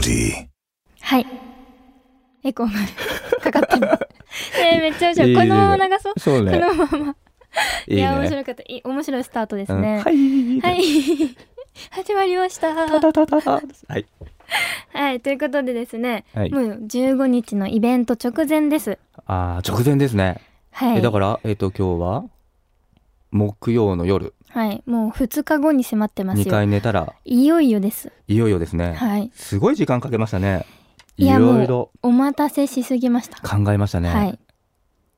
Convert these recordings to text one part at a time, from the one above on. T. はい。エコーまでかかってる。 えーめっちゃ面白い。このまま流そう。そうこね。のまま。いいいや、面ね。白かった。い面白いスタートですうんね。はい。はい。 始まりました。たたたたた。はい。はい、ということでですね、はいもう15日のイベント直前です。ああ、直前ですね。はい。え、だから、えっと、今日は、木曜の夜、はい、もう2日後に迫ってます2よ。回寝たら、いよいよです。いよいよですね。はい。すごい時間かけましたね。いいやろいもろうお待たせしすぎました。考えましたね。はい、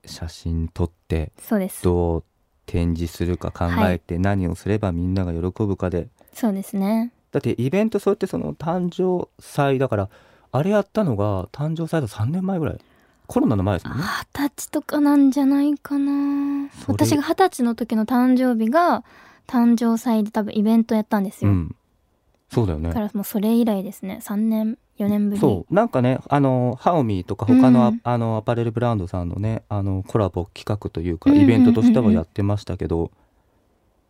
写真撮って、そうです。どう展示するか考えて、何をすればみんなが喜ぶかで。そうですね。だってイベントそうやってその誕生祭だから、あれやったのが誕生祭だと3年前ぐらい。コロナの前ですもんね。二十歳とかなんじゃないかな。それ私が二十歳の時の誕生日が誕生祭で多分イベントやったんですうよ。ん。そうだよだかね。らもうそれ以来ですね。3年、4年ぶり。そう。なんかね、あの、ハオミーとか他のア,、うんあのアパレルブランドさんのね、あの、コラボ企画というか、うんうんイうんうんベントとしてはやってましたけど、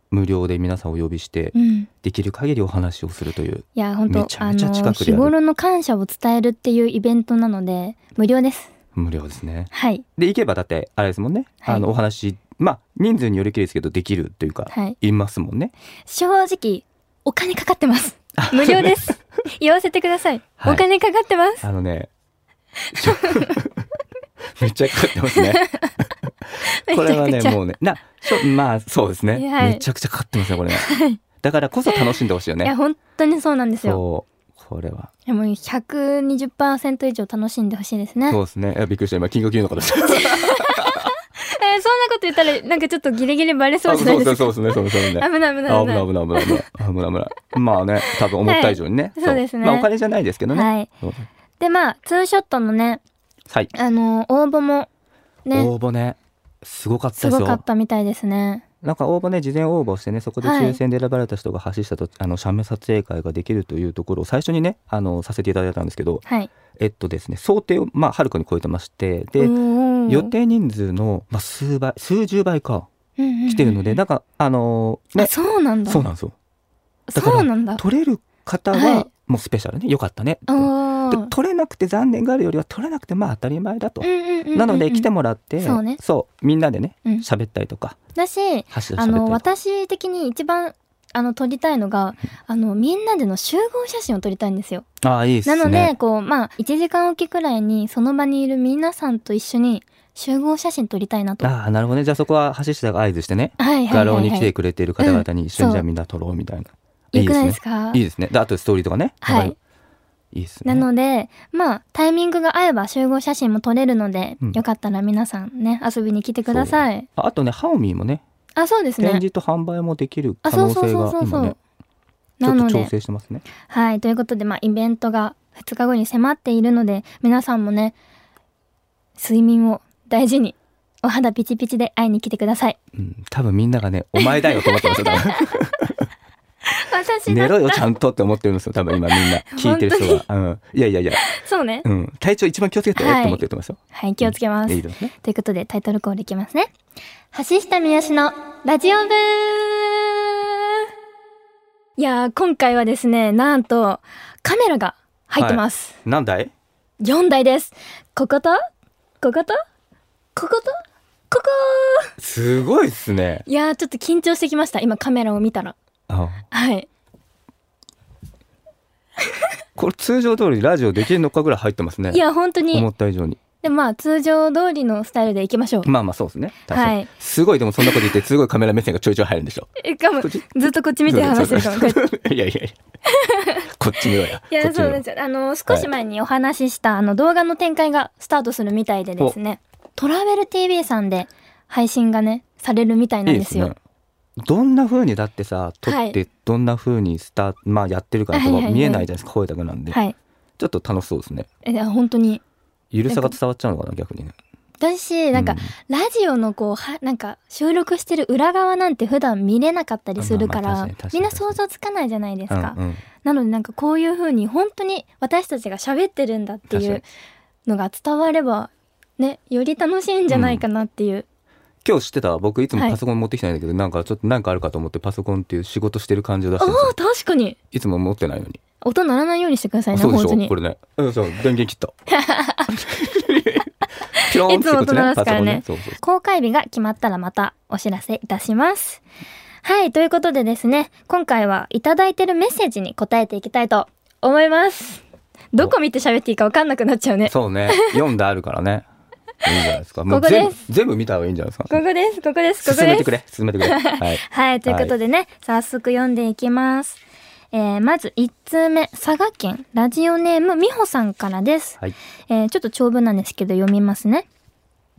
無料で皆さんお呼びして、うん。できる限りお話をするという。いや、本当めちゃあめちゃの、近くで日やる頃の感謝を伝えるっていうイベントなので、無料です。無料ですね。はい。で、行けばだって、あれですもんね。はいあの、お話、まあ、人数によりきりですけど、できるというか、はい。いますもんね。正直、お金かかって ます。無料です。言わせてください。はいお金かかってます。あのね、しょめっちゃかかってますね。 これはめねちゃくちゃもうねなしょまあそうですね、はいめちゃくちゃかかってますねこれね、だからこそ楽しんでほしいよいや、ね本当にそうなんですよ。そうこれはいやもう120%以上楽しんでほしいですね。えーそうですねいやびっくりした今キングキングのことですそんなこと言ったら、なんかちょっとギリギリバレ そうじゃないですか。そうですねそうですねそうですねそう危ですねない危ないあ危危ないな危ない危ない危ない危ない危ないまあね多分思った以上に ね、はいそうですねまあお金じゃないですけどい。ね、はい。そうで、まあ、ツーショットのね、はい、あのー応募も、ね、応募ねすごかったすですごかよったみたいですね。なんか応募ね事前応募してねそこではい抽選で選ばれた人が橋下と、あの写メ撮影会ができるというところを最初にねあのさせていただいたんですけどはい。えっとですね想定をまあはるかに超えてましてで、予予定人数の、まあ、数倍数十倍か来来てるので、なんかあのーねそうなんだ。そうなんですよだからそうなんだ。取れる方は、はいもうスペシャルねよかったねあでー取れなくて残念があるよりは取れなくてまあ当たり前だと、うんうんうんうんうんなので来てもらって、そうねそうみんなでねうん喋ったりとかだし、橋であの、喋ったりとか私的に一番、あの、撮りたいのが、あの、みんなでの集合写真を撮りたいんですよ。ああいいですなねので、こう、まあ、1時間おきくらいに、その場にいる皆さんと一緒に集合写真撮りたいなと。はいああなるほどねじゃあそこは橋下が合図してねはいは画い、廊はい。に来てくれてる方々に一緒うにんじゃあみんな撮ろうみたいな、いよいくですないねですかいいですねであとストーリーとかねはいなんかいいですねなので、まあ、タイミングが合えば集合写真も撮れるので、うんよかったら皆さんね、遊びに来てください。ああとねハオミーもねあ、そうです展ね。示と販売もできる可あ、そ能うそう性そがうそうそ今う。ねちなょっのと調で、整してますねはい、ということで、まあ、イベントが2日後に迫っているので、皆さんもね、睡眠を大事に、お肌ピチピチで会いに来てくだ さい。うん、多分みんながねお前だよと思ってますよ多分私寝だ、ろよちゃんとって思ってるんですよ多分今みんな聞いてる人が、うん、いやいやいや、そうね。うん、体調一番気をつけてって思ってると思いますよ、はい、気をつけます。いいですねということで、タイトルコールいきますね。橋下美由のラジオブーいやー、今回はですね、なんと、カメラが入ってます。何台4台です。ここと、ここと、ここと、ここすごいっすねいやー、ちょっと緊張してきました。今カメラを見たら。あはい。これ通常通りラジオできるのかぐらい入ってますねいや、本当思に。った以上にでもまあ、通常通りのスタイルでいきましょう。まあまあそうですね確かに、はいすごいでもそんなこと言ってすごいカメラ目線がちょいちょい入るんでしょえ、かも、こっずちっとこっち見て話してるかも。こうやって いやいやいやこっち見ろやいやこっちそ見うろなんですよあの少し前にお話しした、あの動画の展開がスタートするみたいでですねトラベル TV さんで配信がねされるみたいなんですよいいね、どんな風にだってさ撮はっいてどんな風にスタ、まあやってるかとはいかはいはい見えないじゃないですか声だけなんで、はいちょっと楽しそうですねえ本当にゆるさが伝わっちゃうのかな逆にねだしなんか、うんラジオのこうはなんか収録してる裏側なんて普段見れなかったりするから、まあまあ確かに確かにみんな想像つかないじゃないですか、うんうん、なのでなんかこういう風に本当に私たちが喋ってるんだってい確かうにのが伝わればねより楽しいんじゃないかなっていう、今日知ってた僕いつもはいパソコン持ってきてないんだけど、なんかちょっとなんかあるかと思ってパソコンっていう仕事してる感じを出しあてるんですよあ確かにいつも持ってないのに音鳴らないようにしてくださいね、そうで本当しょにこ。れねうんそう電源切った ピローンっていつも音鳴らすからねパソコンそうそう公開日が決まったらまたお知らせいたします。はい、ということでですね、今回はいただいてるメッセージに答えていきたいと思います。どこ見て喋っていいかわかんなくなっちゃうね。こそうね読んであるからねいいんじゃないですかもうここで全部全部見た方がいいんじゃないですかこです、ここです、ここ進めでてくす。れ進めてくれはいはい、ということでね、早速読んでいきます。えー、まず1通目、佐賀県、ラジオネームみほさんからです。はいえーちょっと長文なんですけど読みますね。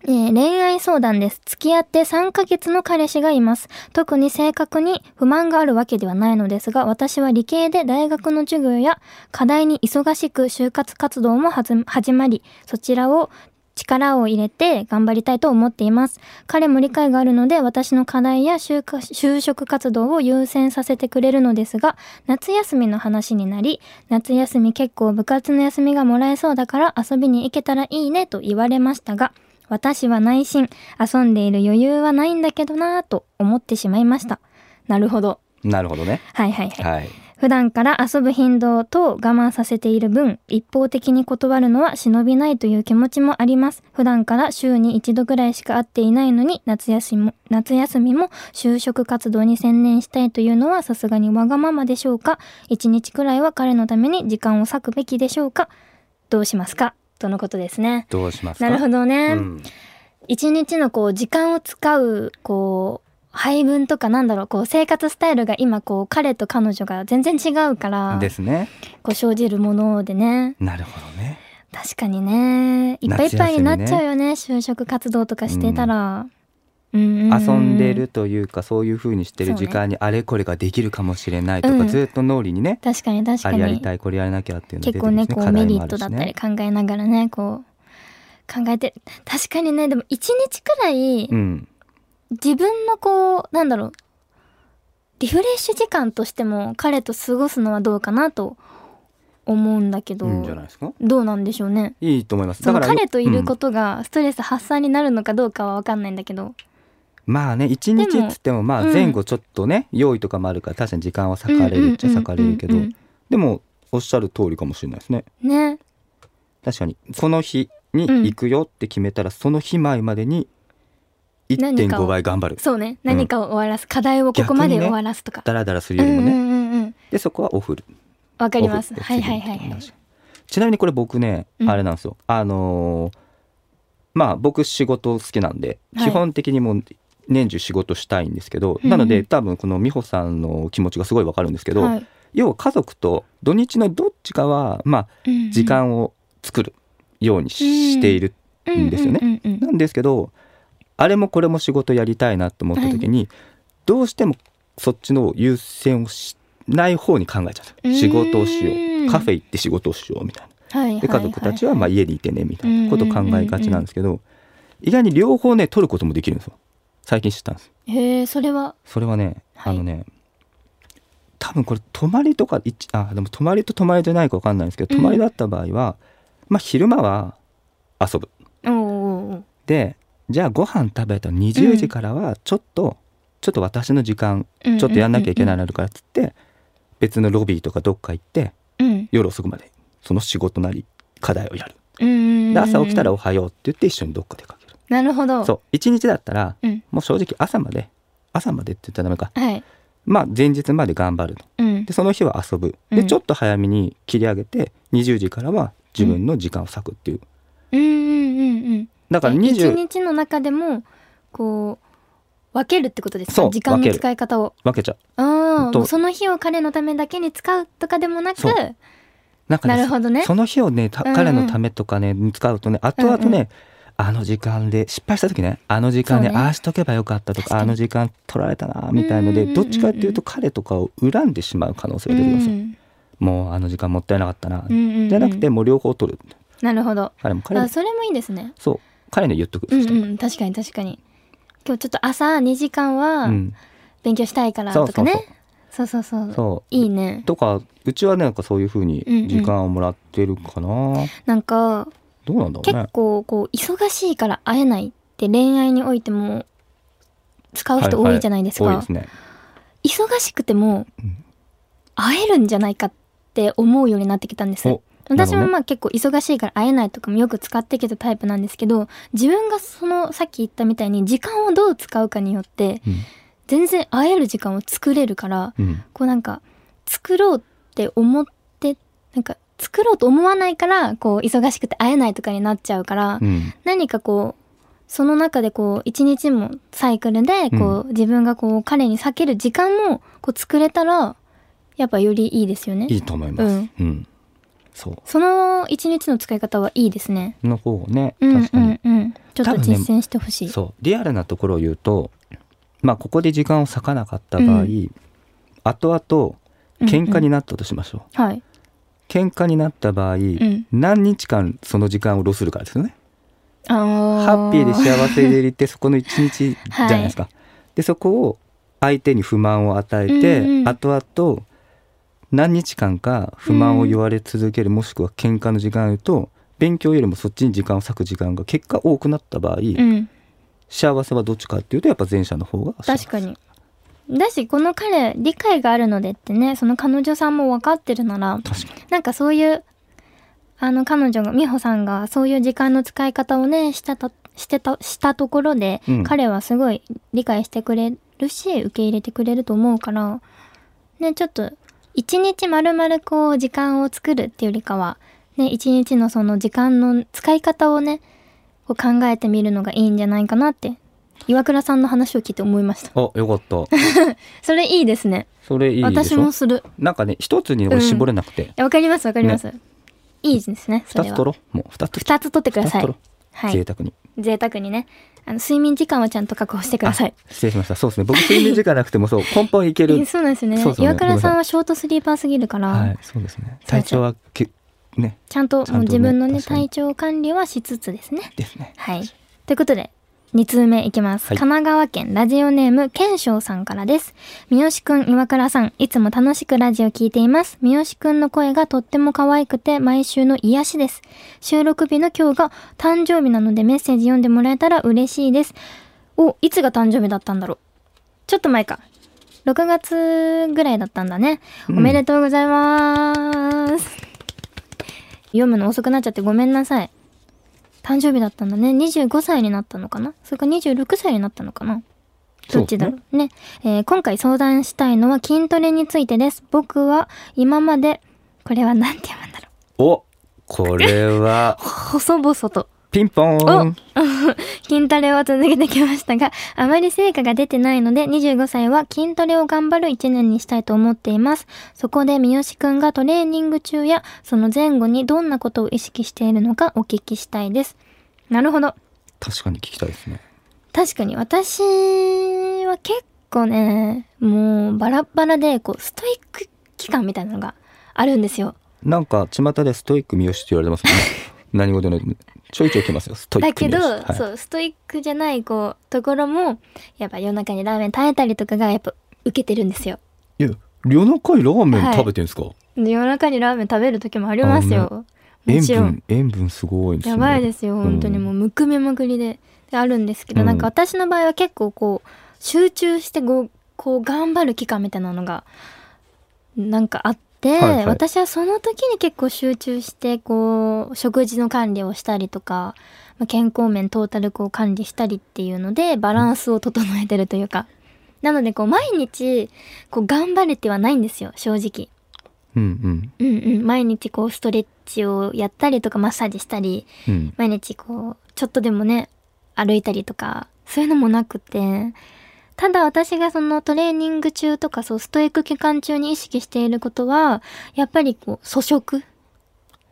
えー恋愛相談です。付き合って3ヶ月の彼氏がいます。特に正確に不満があるわけではないのですが、私は理系で大学の授業や課題に忙しく就活活動もはず始まり、そちらを力を入れて頑張りたいと思っています。彼も理解があるので、私の課題や就活就職活動を優先させてくれるのですが、夏休みの話になり、夏休み結構部活の休みがもらえそうだから遊びに行けたらいいねと言われましたが、私は内心、遊んでいる余裕はないんだけどなぁと思ってしまいました。なるほど。なるほどねはいはいはい。はい普段から遊ぶ頻度等を我慢させている分、一方的に断るのは忍びないという気持ちもあります。普段から週に一度ぐらいしか会っていないのに、夏休みも、夏休みも就職活動に専念したいというのはさすがにわがままでしょうか一日くらいは彼のために時間を割くべきでしょうかどうしますかとのことですね。どうしますかなるほどね。うん一日のこう時間を使うこう配分とかなんだろうこう生活スタイルが今こう彼と彼女が全然違うからですねこう生じるものでねなるほどね確かにねいっぱいいっぱいになっちゃうよね就職活動とかしてたら、うんう遊んでるというかそういう風にしてるそうね時間にあれこれができるかもしれないとか、うんずっと脳裏にね確かに確かあれやりにたいこれやりなきゃっていうの結が出てく構るねしこう課題メもリあッるトだしったりね考えながらねこう考えて確かにねでも一日くらいうん自分のこうなんだろうリフレッシュ時間としても彼と過ごすのはどうかなと思うんだけどいいんじゃないですかどうなんでしょうねいいと思いますそだかのら彼といるうんことがストレス発散になるのかどうかは分かんないんだけど、まあね一日っつってもまあうん前後ちょっとね、用意とかもあるから確かに時間は割かれるっちゃうんうんうんうん割かれるけど、うんでもおっしゃる通りかもしれないですねね確かにこの日に行くよって決めたら、その日前までに何かを1.5倍頑張るそうね何かを終わらす、課題をここまで終わらすとか、ダラダラするうよりんもうんね、うんうんでそこはオフるわかりますオフはいはいはい次はのい日ちなみにこれ僕ね、うんあれなんですよあのーまあ僕仕事好きなんで、はい基本的にもう年中仕事したいんですけど、うんなので多分この美穂さんの気持ちがすごいわかるんですけど、はい要は家族と土日のどっちかはまあうんうん時間を作るようにうし,、んているんですよねうんうんうんうんなんですけどあれもこれも仕事やりたいなと思った時に、どうしてもそっちの優先をしない方に考えちゃううん仕事をしようんうカフェ行って仕事をしようみたいはいはいはないで家族たちはまあ家にいてねみたいなことを考えがちなんですけど、意外に両方ね取ることもできるんですよ最近知ったんですへえそれはそれはね、はいあのね多分これ泊まりとか一あでも泊まりと泊まりじゃないか分かんないんですけどうん泊まりだった場合は、まあ昼間は遊ぶおうおうおうでじゃあご飯食べた20時からはちょっと、ちょっと私の時間うんうんうんうんちょっとやんなきゃいけないのあるからっつって、別のロビーとかどっか行ってうん夜遅くまでその仕事なり課題をやるうんうんうんで朝起きたら「おはよう」って言って一緒にどっか出かける、なるほどそう一日だったらうんもう正直朝まで朝までって言ったらダメかはいまあ前日まで頑張るのうんでその日は遊ぶうでんちょっと早めに切り上げて20時からは自分の時間を割くっていううんうんうんうんだからじゃあ一20日の中でもこう分けるってことですかそう時間分けのる使い方を分けちゃうああともうその日を彼のためだけに使うとかでもなくそうなんかねなるほどねその日をね、たうんうん彼のためとかね、使うとね、後々ね、うんうあの時間で、失敗した時ね、あの時間で、そうねああしとけばよかったと確か、かにあの時間取られたな、みたいので、うんうんうんどっちかっていうと彼とかを恨んでしまう可能性が出てくるんですよ。もうあの時間もったいなかったな。うんうんうんじゃなくて、もう両方取る。なるほど彼も彼あも、それもいいですねそう、彼に言っとく。うそんしたらうん確かに確かに今日ちょっと朝2時間うはん勉強したいからそうとかそうね、そう。そうそうそうそういいねとか、うちはね、なんかそういうふうにうんうん時間をもらってるかな。なんかどうなんだろうね結。構こう忙しいから会えないって恋愛においても使う人多いじゃないですか、はいはい多いですね。忙しくてもうん会えるんじゃないかっって思うようになってきたんですおなる私ほどねもまあ結構忙しいから会えないとかもよく使ってきたタイプなんですけど自分がそのさっき言ったみたいに時間をどう使うかによってうん全然会える時間を作れるからうんこうなんか作ろうって思ってなんか作ろうと思わないからこう忙しくて会えないとかになっちゃうから、うん何かこうその中でこう一日もサイクルでこう、自分がこう彼に避ける時間もこう作れたらやっぱよりいいですよね。いいと思います。ううんん、そその一日の使い方はいいですね。うの方をね、うん確かに、うんうん。ちょっと多分ね実践してほしい。そうリアルなところを言うと、まあここで時間を割かなかった場合、う後うん々喧嘩になったとしましょう。はい。喧嘩になった場合、ん何日間その時間をロするかですよね。あーハッピーで幸せでいてそこの一日じゃないですか。でそこを相手に不満を与えて、うんうん後々何日間か不満を言われ続ける、もしくは喧嘩の時間を言うと勉強よりもそっちに時間を割く時間が結果多くなった場合、うん。幸せはどっちかっていうとやっぱ前者の方が幸せ確かに。だし、この彼、理解があるのでってね、その彼女さんも分かってるなら、確かになんかそういう、あの彼女が、美穂さんがそういう時間の使い方をね、したた、してた、したところで、うん彼はすごい理解してくれるし、受け入れてくれると思うから、ね、ちょっと、一日丸々こう、時間を作るっていうよりかは、ね、一日のその時間の使い方をね、こう考えてみるのがいいんじゃないかなって、岩倉さんの話を聞いて思いました。あよかった それいいですね。それいいでし私もょする。なんかね一つに俺絞れなくて、いやわかります、わかります。いいですね、そ二れはつ。取ろうもう二つ取二つ取ってくださ二つ取いろ。う、は贅い。沢に贅沢にね。あの、睡眠時間はちゃんと確保してください。あ失礼しましたそうですね僕睡眠時間なくてもそう根本いけるえそうなんですよねそうそう岩倉さんごめんはショートスリーパーすぎるから、はい、そうですね。体調はけねちゃんとちゃんとねもう自分のね、確か体に調管理はしつつですね。ですね。はい。ということで、2通目いきます。はい神奈川県ラジオネーム、けんしょうさんからです。三好くん、岩倉さん、いつも楽しくラジオ聞いています。三好くんの声がとっても可愛くて、毎週の癒しです。収録日の今日が誕生日なのでメッセージ読んでもらえたら嬉しいです。お、いつが誕生日だったんだろう。ちょっと前か。6月ぐらいだったんだね。おうんめでとうございます。読むの遅くなっちゃってごめんなさい。誕生日だったんだね。25歳になったのかなそれか26歳になったのかなどっちだろうねえー今回相談したいのは筋トレについてです。僕は今まで、これはなんて読むんだろお、これはう。細々と ピンポーン。筋トレを続けてきましたが、あまり成果が出てないので、25歳は筋トレを頑張る1年にしたいと思っています。そこで三好くんがトレーニング中や、その前後にどんなことを意識しているのかお聞きしたいです。なるほど。確かに聞きたいですね。確かに私は結構ね、もうバラッバラで、こう、ストイック期間みたいなのがあるんですよ。なんか巷でストイック三好って言われて ますもんね。何事でもちょいちょい来ますよ。ストイだックけど、三好。はいそう、ストイックじゃない、こう、ところも、やっぱ夜中にラーメン食べたりとかが、やっぱ、受けてるんですよ。いや夜中にラーメはンい食べてんですか。で夜中にラーメン食べる時もありますよ。も塩ちろん。分塩分すごいですね。やばいですよ、うん本当にもう、むくみまくりで、であるんですけど、うんなんか私の場合は結構こう、集中してご、こう、頑張る期間みたいなのが、なんかあって、はいはい私はその時に結構集中して、こう、食事の管理をしたりとか、まあ健康面トータルこう管理したりっていうので、バランスを整えてるというか、なのでこう、毎日、こう、頑張れてはないんですよ、正直。うんうんうん、毎日こうストレッチをやったりとかマッサージしたりうんうん。毎日こうちょっとでもね歩いたりとかそういうのもなくてただ私がそのトレーニング中とかそうストイック期間中に意識していることはやっぱりこう粗食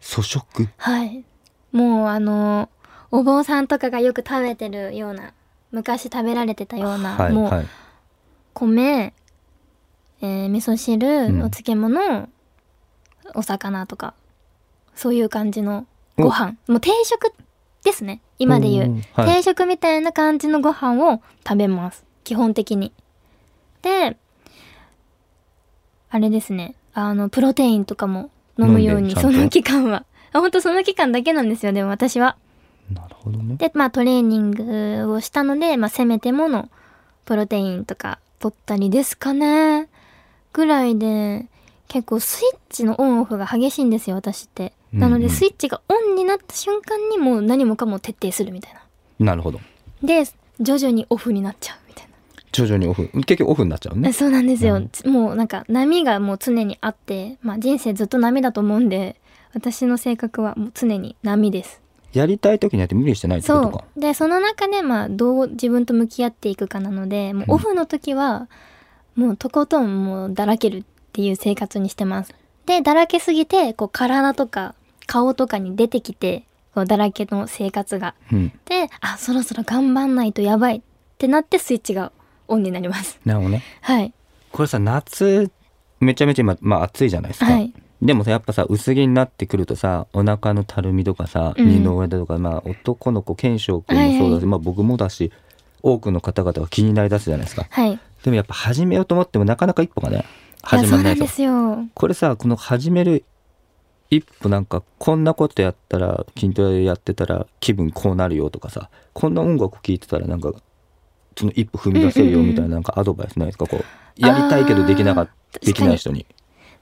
粗食。はいもうあのお坊さんとかがよく食べてるような昔食べられてたような、はいもうはい。米、えー味噌汁、んお漬物お魚とかそういう感じのおご飯もう定食ですね今で言おうー、はい定食みたいな感じのご飯を食べます基本的にであれですねあのプロテインとかも飲むよう飲んにでちゃそんとの期間はあ本当その期間だけなんですよでも私はなるほどね。で、まあトレーニングをしたので、まあせめてものプロテインとか取ったりですかね。ぐらいで、結構スイッチのオンオフが激しいんですよ私ってうんなのでうんスイッチがオンになった瞬間にもう何もかも徹底するみたいななるほどで徐々にオフになっちゃうみたいな徐々にオフ結局オフになっちゃうねそうなんですよ、うんもうなんか波がもう常にあって、まあ、人生ずっと波だと思うんで私の性格はもう常に波ですやりたい時にやって無理してないってことかそうでその中でまあどう自分と向き合っていくかなのでもうオフの時はもうとことんもうだらけるっていう生活にしてますでだらけすぎてこう体とか顔とかに出てきてこうだらけの生活がうんであそろそろ頑張んないとやばいってなってスイッチがオンになりますなるほどねはいこれさ夏めちゃめちゃ今、まあ、暑いじゃないですか、はいでもさやっぱさ薄着になってくるとさお腹のたるみとかさ、うん二の腕とか、まあ、男の子賢翔君もそうはいだし、はいまあ、僕もだし多くの方々が気になりだすじゃないですかはいでもやっぱ始めようと思ってもなかなか一歩がね始まらないやとそうなんでこれさこの始める一歩なんかこんなことやったら筋トレやってたら気分こうなるよとかさこんな音楽聴いてたらなんかその一歩踏み出せるようんうんうんみたいななんかアドバイスないですかこうやりたいけどできなかっあーできない人に。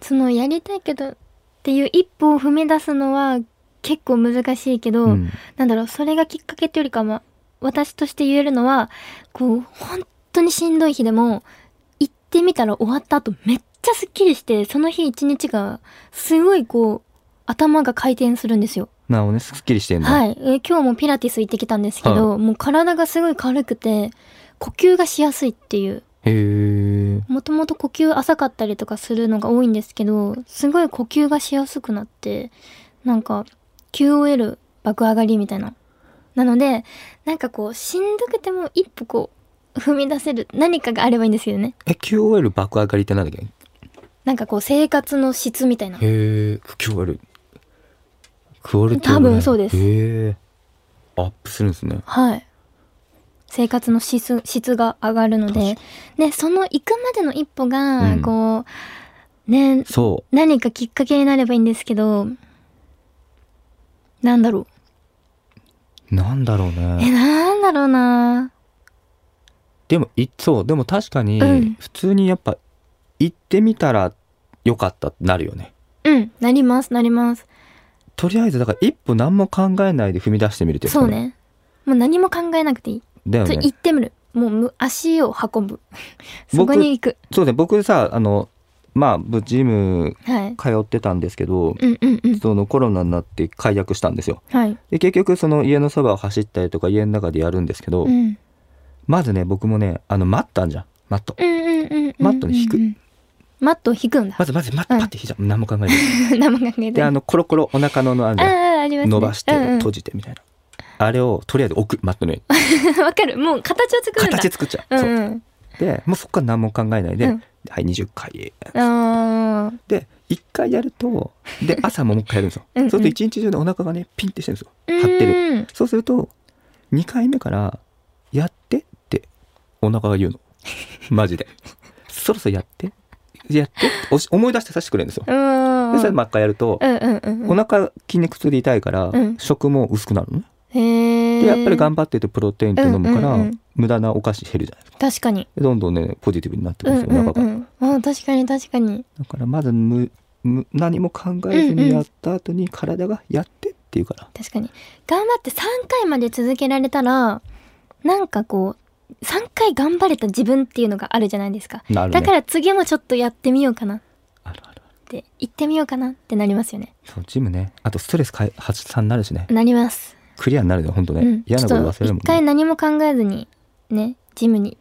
すよそのやりたいけどっていう一歩を踏み出すのは結構難しいけど、うんなんだろうそれがきっかけというよりかは私として言えるのはこう本当にしんどい日でも行ってみたら終わった後めっちゃすっきりしてその日一日がすごいこう頭が回転するんですよ。なおねすっきりしてんの、はい、えー今日もピラティス行ってきたんですけど、もう体がすごい軽くて呼吸がしやすいっていうへえもともと呼吸浅かったりとかするのが多いんですけどすごい呼吸がしやすくなってなんか QOL 爆上がりみたいななのでなんかこうしんどくても一歩こう踏み出せる何かがあればいいんですけどねえ QOL 爆上がりってなんだっけへなんかこう生活の質みたいなえ QOL クオリティ、ね、多分そうですへえアップするんですねはい生活の質質が上がるのででその行くまでの一歩うがんこう、ねそ何かきっかけになればいいんですけどなんだろううなんだろうえ、ねなんだろうなでもいそうでも確かにうん普通にやっぱ行ってみたらよかったってなるよねうん、なります、なります。とりあえずだから一歩何も考えないで踏み出してみるってことそうね。もう何も考えなくていい。だよそれね行ってみる。もうむ足を運ぶ。そこ僕に行く。そうですね僕さあのまあぶジムはい。通ってたんですけどうんうんうん。そのコロナになって解約したんですよはい。で結局その家のそばを走ったりとか家の中でやるんですけど、うん。まずね僕もねあのマットあんじゃんマットうんうんうんうん。マットに引くうんうん。マットを引くんだま。ずまずマットうんパッて引いちゃう、何も考えない 生がけであのコロコロお腹ののあんあじゃんあ、ありますね。伸ばしてうんうん閉じてみたいな、あれをとりあえず置くマットの上に わかる。もう形を作るんだ。形作っちゃう、うんそううん。でもうそこから何も考えないで、うんはい20回あーで1回やるとで 朝ももう一回やるんですようんうんそうすると一日中のお腹がねピンってしてるんですようん。張ってるる。そうすると2回目から「やって」ってお腹が言う のマジでそろそろやってやってっておし思い出してさしてくれるんですようーん。でそれもう一回やるとうんうんうんうおん。腹筋肉痛で痛いからうん食も薄くなるのねへえ。でやっぱり頑張っててプロテインって飲むかうらんうんうん無駄なお菓子減るじゃないですか確かに。でどんどんねポジティブになってくうるんんうですよおん腹うがん。あー確かに確かに。だからまずむむ何も考えずにやった後に体が「やって」って言うから確かに頑張って3回まで続けられたらなんかこう3回頑張れた自分っていうのがあるじゃないですか、なるだかねら次もちょっとやってみようかなっあるあるて行ってみようかなってなりますよねそうジムねあとストレス解発散になるしねなります、クリアになるね本当ね、うんち嫌ょなっことと忘れるも1んね回何も考えずにねジムに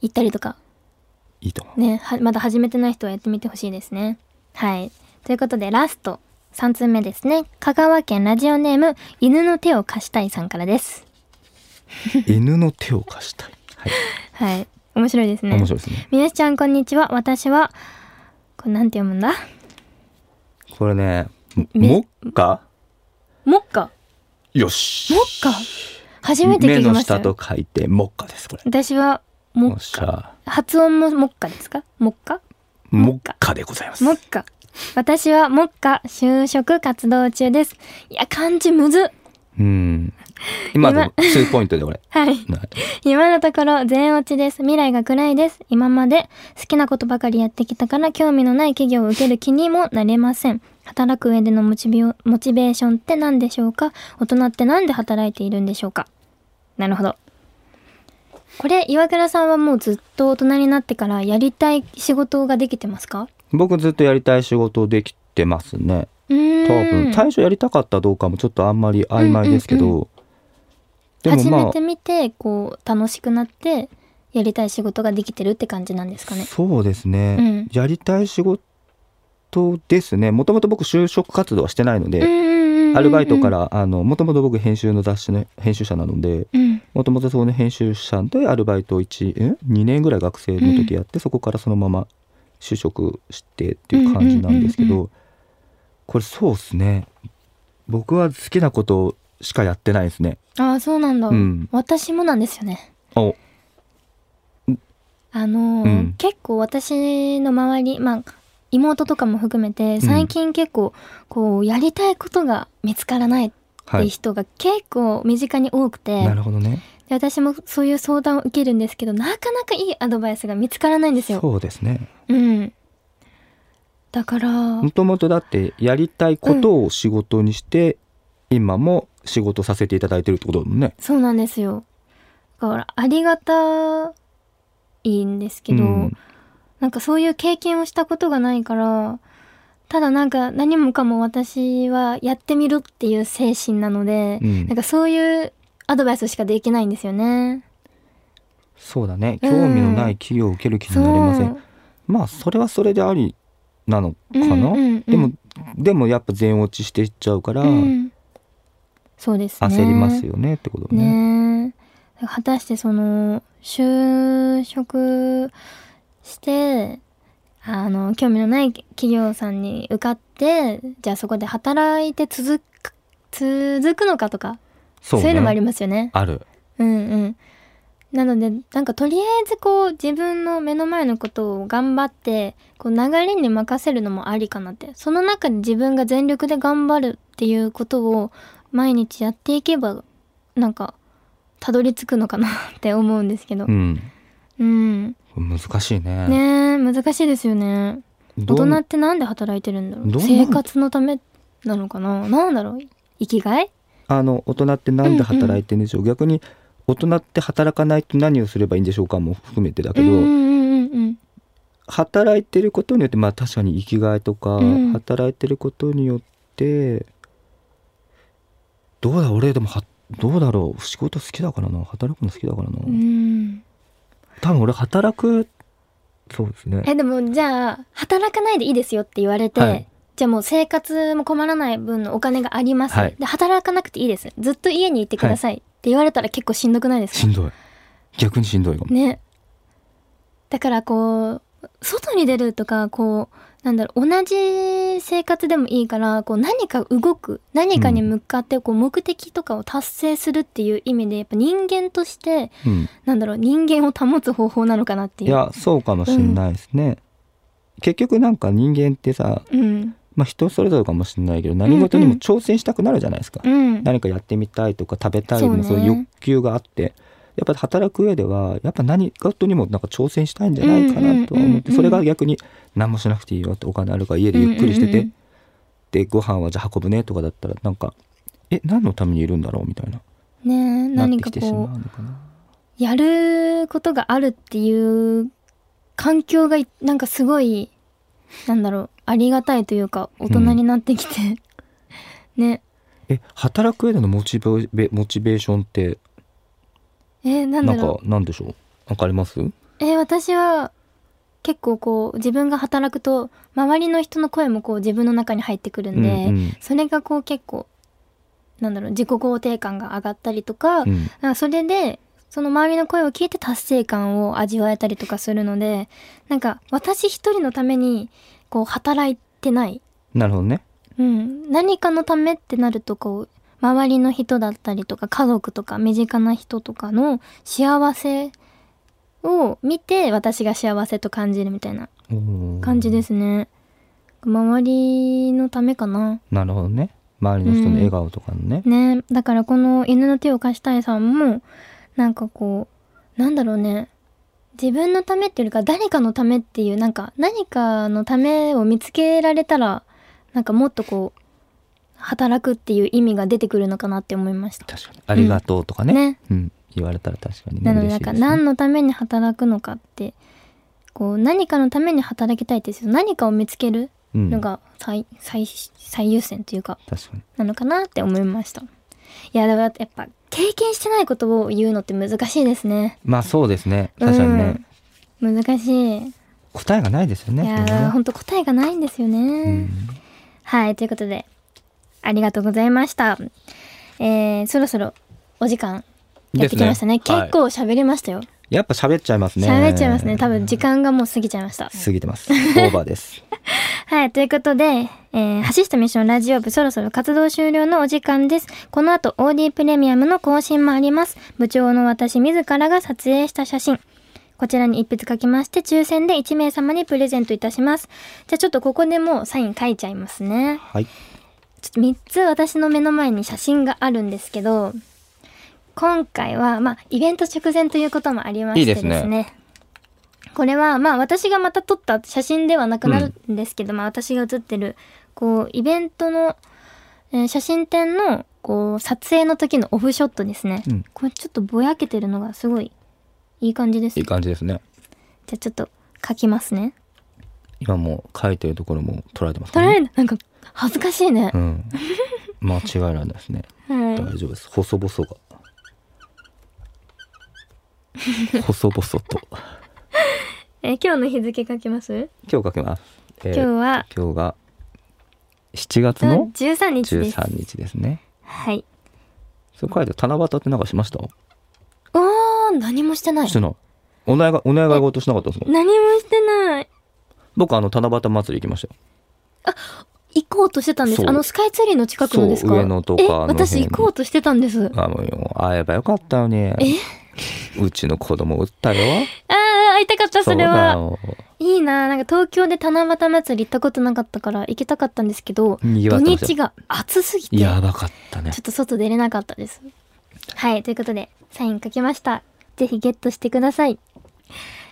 行ったりとかいいと思うねはまだ始めてない人はやってみてほしいですねはいということでラスト3通目ですね香川県ラジオネーム犬の手を貸したいさんからです犬の手を貸したい、はい、はい面白いですね面白いですねみなしちゃんこんにちは私はこれなんて読むんだこれねめもっかもっかよしもっか初めて聞目きのまし下たと書いてもっかですこれ私はもよっっしかゃ発音ももっかですかもっかもっかでございますもっか私はもっか就職活動中ですいや漢字むずうん。今の2ポイントで俺。はい。はい今のところ全落ちです。未来が暗いです。今まで好きなことばかりやってきたから興味のない企業を受ける気にもなれません。働く上でのモチビオモチベーションって何でしょうか大人って何で働いているんでしょうかなるほど。これ、岩倉さんはもうずっと大人になってからやりたい仕事ができてますか僕ずっとやりたい仕事できてますね。うー多ん。分最初やりたかったどうかもちょっとあんまり曖昧ですけど、うんうんで初もまめあて見て、こう、楽しくなって、やりたい仕事ができてるって感じなんですかね。そうですね、うんやりたい仕事ですねもともと僕就職活動はしてないので、アアルバイトか。らあのもともと僕編集の雑誌の編集者なのでうん。もともとそこの編集者でアルバイト1ん2年ぐらい学生の時やって、そこからそのまま就職してっていう感じなんですけど、うんうんうんこれそうですね僕は好きなことしかやってないですね。ああそうなんだ、うん私もなんですよねおあのーうん結構私の周りまあ妹とかも含めて最近結構こうやりたいことが見つからないってはいうい、人が結構身近に多くて、なるほどね。で私もそういう相談を受けるんですけどなかなかいいアドバイスが見つからないんですよ。そうですね。うん、だから、もともとだってやりたいことを仕事にして、今も仕事させていただいてるってことだもんね。そうなんですよだからありがたいんですけど、うんなんかそういう経験をしたことがないから、ただなんか何もかも私はやってみるっていう精神なので、うんなんかそういうアドバイスしかできないんですよね。そうだね。うん興味のない企業を受ける気になりません。まあそれはそれでありなのかな。うんうんうんでもでもやっぱ全落ちしていっちゃうからそう。うん、そうですね。焦りますよねってことね。ねえ果たしてその就職してあの興味のない企業さんに受かってじゃあそこで働いて続く続くのかとかそう,、ねいうのもありますよね。ある。うんうん、なのでなんかとりあえずこう自分の目の前のことを頑張ってこう流れに任せるのもありかなってその中で自分が全力で頑張るっていうことを毎日やっていけばなんかたどり着くのかなって思うんですけどう、ん。うん難しいね。ねえ難しいですよね大どう人ってなんで働いてるんだろどうう生活のためなのかななんだろう生きがいあの大人ってなんで働いてるんでしょう、逆に大人って働かないと何をすればいいんでしょうかも含めてだけうんど、うんうん働いてることによってまあ確かに生きがいとか、うん働いてることによってどうだ俺でもはどうだろう仕事好きだからな働くの好きだからな、うんうん多分俺働くそうですねえでもじゃあ働かないでいいですよって言われて、はいじゃあもう生活も困らない分のお金があります、はいで働かなくていいですずっと家にいてくださいって言われたら結構しんどくないですしかんどい逆にしんどいかも、ねだからこう外に出るとかこうなんだろう同じ生活でもいいからこう何か動く何かに向かってこう目的とかを達成するっていう意味でやっぱ人間としてうん、なんだろう人間を保つ方法なのかなってい。いうやそうかもしんないですね、結局なんか人間ってさ、うんまあ、人それぞれかもしんないけど何事にも挑戦したくなるじゃないですか、うん、何かやってみたいとか食べたいそうねもそういう欲求があって、やっぱ働く上ではやっぱ何事にもなんか挑戦したいんじゃないかなとうは思って、んうんうんうんそれが逆に何もしなくていいよってお金あるから家でゆっくりしてて、うんうんうんでご飯はじゃあ運ぶねとかだったらなんかえ何のためにいるんだろうみたいなねえなっ何てかきてしまうこのかな。うやることがあるっていう環境がいなんかすごいなんだろうありがたいというか大人になってきて、 ねえ働く上でのモチベモチベーションってえーなんなだんかろなんでしょうわかりますうえー私は結構こう自分が働くと周りの人の声もこう自分の中に入ってくるんで、うんうんそれがこう結構なんだろう自己肯定感が上がったりとか、うんなんかそれでその周りの声を聞いて達成感を味わえたりとかするのでなんか私一人のためにこう働いてない、なるほどね。うん、何かのためってなるとこう周りの人だったりとか家族とか身近な人とかの幸せを見て私が幸せと感じるみたいなおー感じですね。周りのためかな。なるほどね。周りの人の笑顔とかのね、ねだからこの「犬の手を貸したい」さんもなんかこうなんだろうね自分のためっていうよりか誰かのためっていうなんか何かのためを見つけられたらなんかもっとこう働くっていう意味が出てくるのかなって思いました。確かにありがとうとかね,、うんね言われたら確かにねなのでな嬉しんいかです、ね、何のために働くのかってこう何かのために働きたいっていう何かを見つけるうんのが最,、最最優先というか確かになのかなって思いましたいやでもやっぱ経験してないことを言うのって難しいですねまあそうですね確かにね、うん難しい、答えがないですよねいやこれーねほんと答えがないんですよね、うんはいということでありがとうございましたえー、そろそろお時間やってきましたねですね結構喋りましたよやっぱ喋っちゃいますね喋、っちゃいますね多分時間がもう過ぎちゃいました過ぎてますオーバーですはい、ということで、えー、橋下美翔ラジオ部そろそろ活動終了のお時間です。この後、OD プレミアムの更新もあります。部長の私自らが撮影した写真。こちらに一筆書きまして、抽選で1名様にプレゼントいたします。じゃあちょっとここでもうサイン書いちゃいますね。はいちょっと3つ私の目の前に写真があるんですけど、今回は、まあ、イベント直前ということもありましてですね。いいですこれは、まあ、私がまた撮った写真ではなくなるうんですけど、まあ、私が写ってる、こう、イベントの、えー写真展の、こう、撮影の時のオフショットですね。うんこれちょっとぼやけてるのがすごいいい感じです。じいい感じですねゃあちょっと書きますね。今もう書いてるところも撮られてます撮ねられる、なんか恥ずかしいねう。ん間違いないですねはい。大丈夫です細々が細々とえー今日の日付書きます、今日書きます、えー今日は、今日が7月のの13日です。 13日ですねはい。それ書いて七夕ってなんかしましたおー、何もしてないし。てないお願いお願い事しなかったんですか何もしてない。僕あの七夕祭り行きましたよ行こうとしてたんです。そうあのスカイツリーの近くのですかそう上野とかえ、あの辺私行こうとしてたんです。ああもうよ会えばよかったのにうちの子供売ったよあー、会いたかった、それは。うだよいいななんか東京で七夕祭り行ったことなかったから行きたかったんですけど、にぎわ土ってました日が暑すぎて、ちょやばかったねっと外出れなかったです。はい、ということで、サイン書きました。ぜひゲットしてください。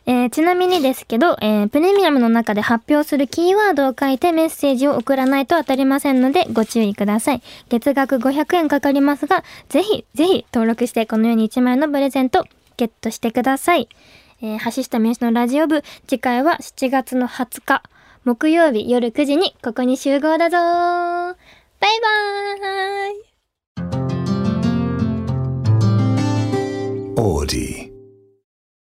えーちなみにですけど、えープレミアムの中で発表するキーワードを書いてメッセージを送らないと当たりませんのでご注意ください。月額500円かかりますが、ぜひ、ぜひ登録してこのように1枚のプレゼントゲットしてください。えー橋下名刺のラジオ部、次回は7月の20日、木曜日夜9時にここに集合だぞーバイバーイ Audi.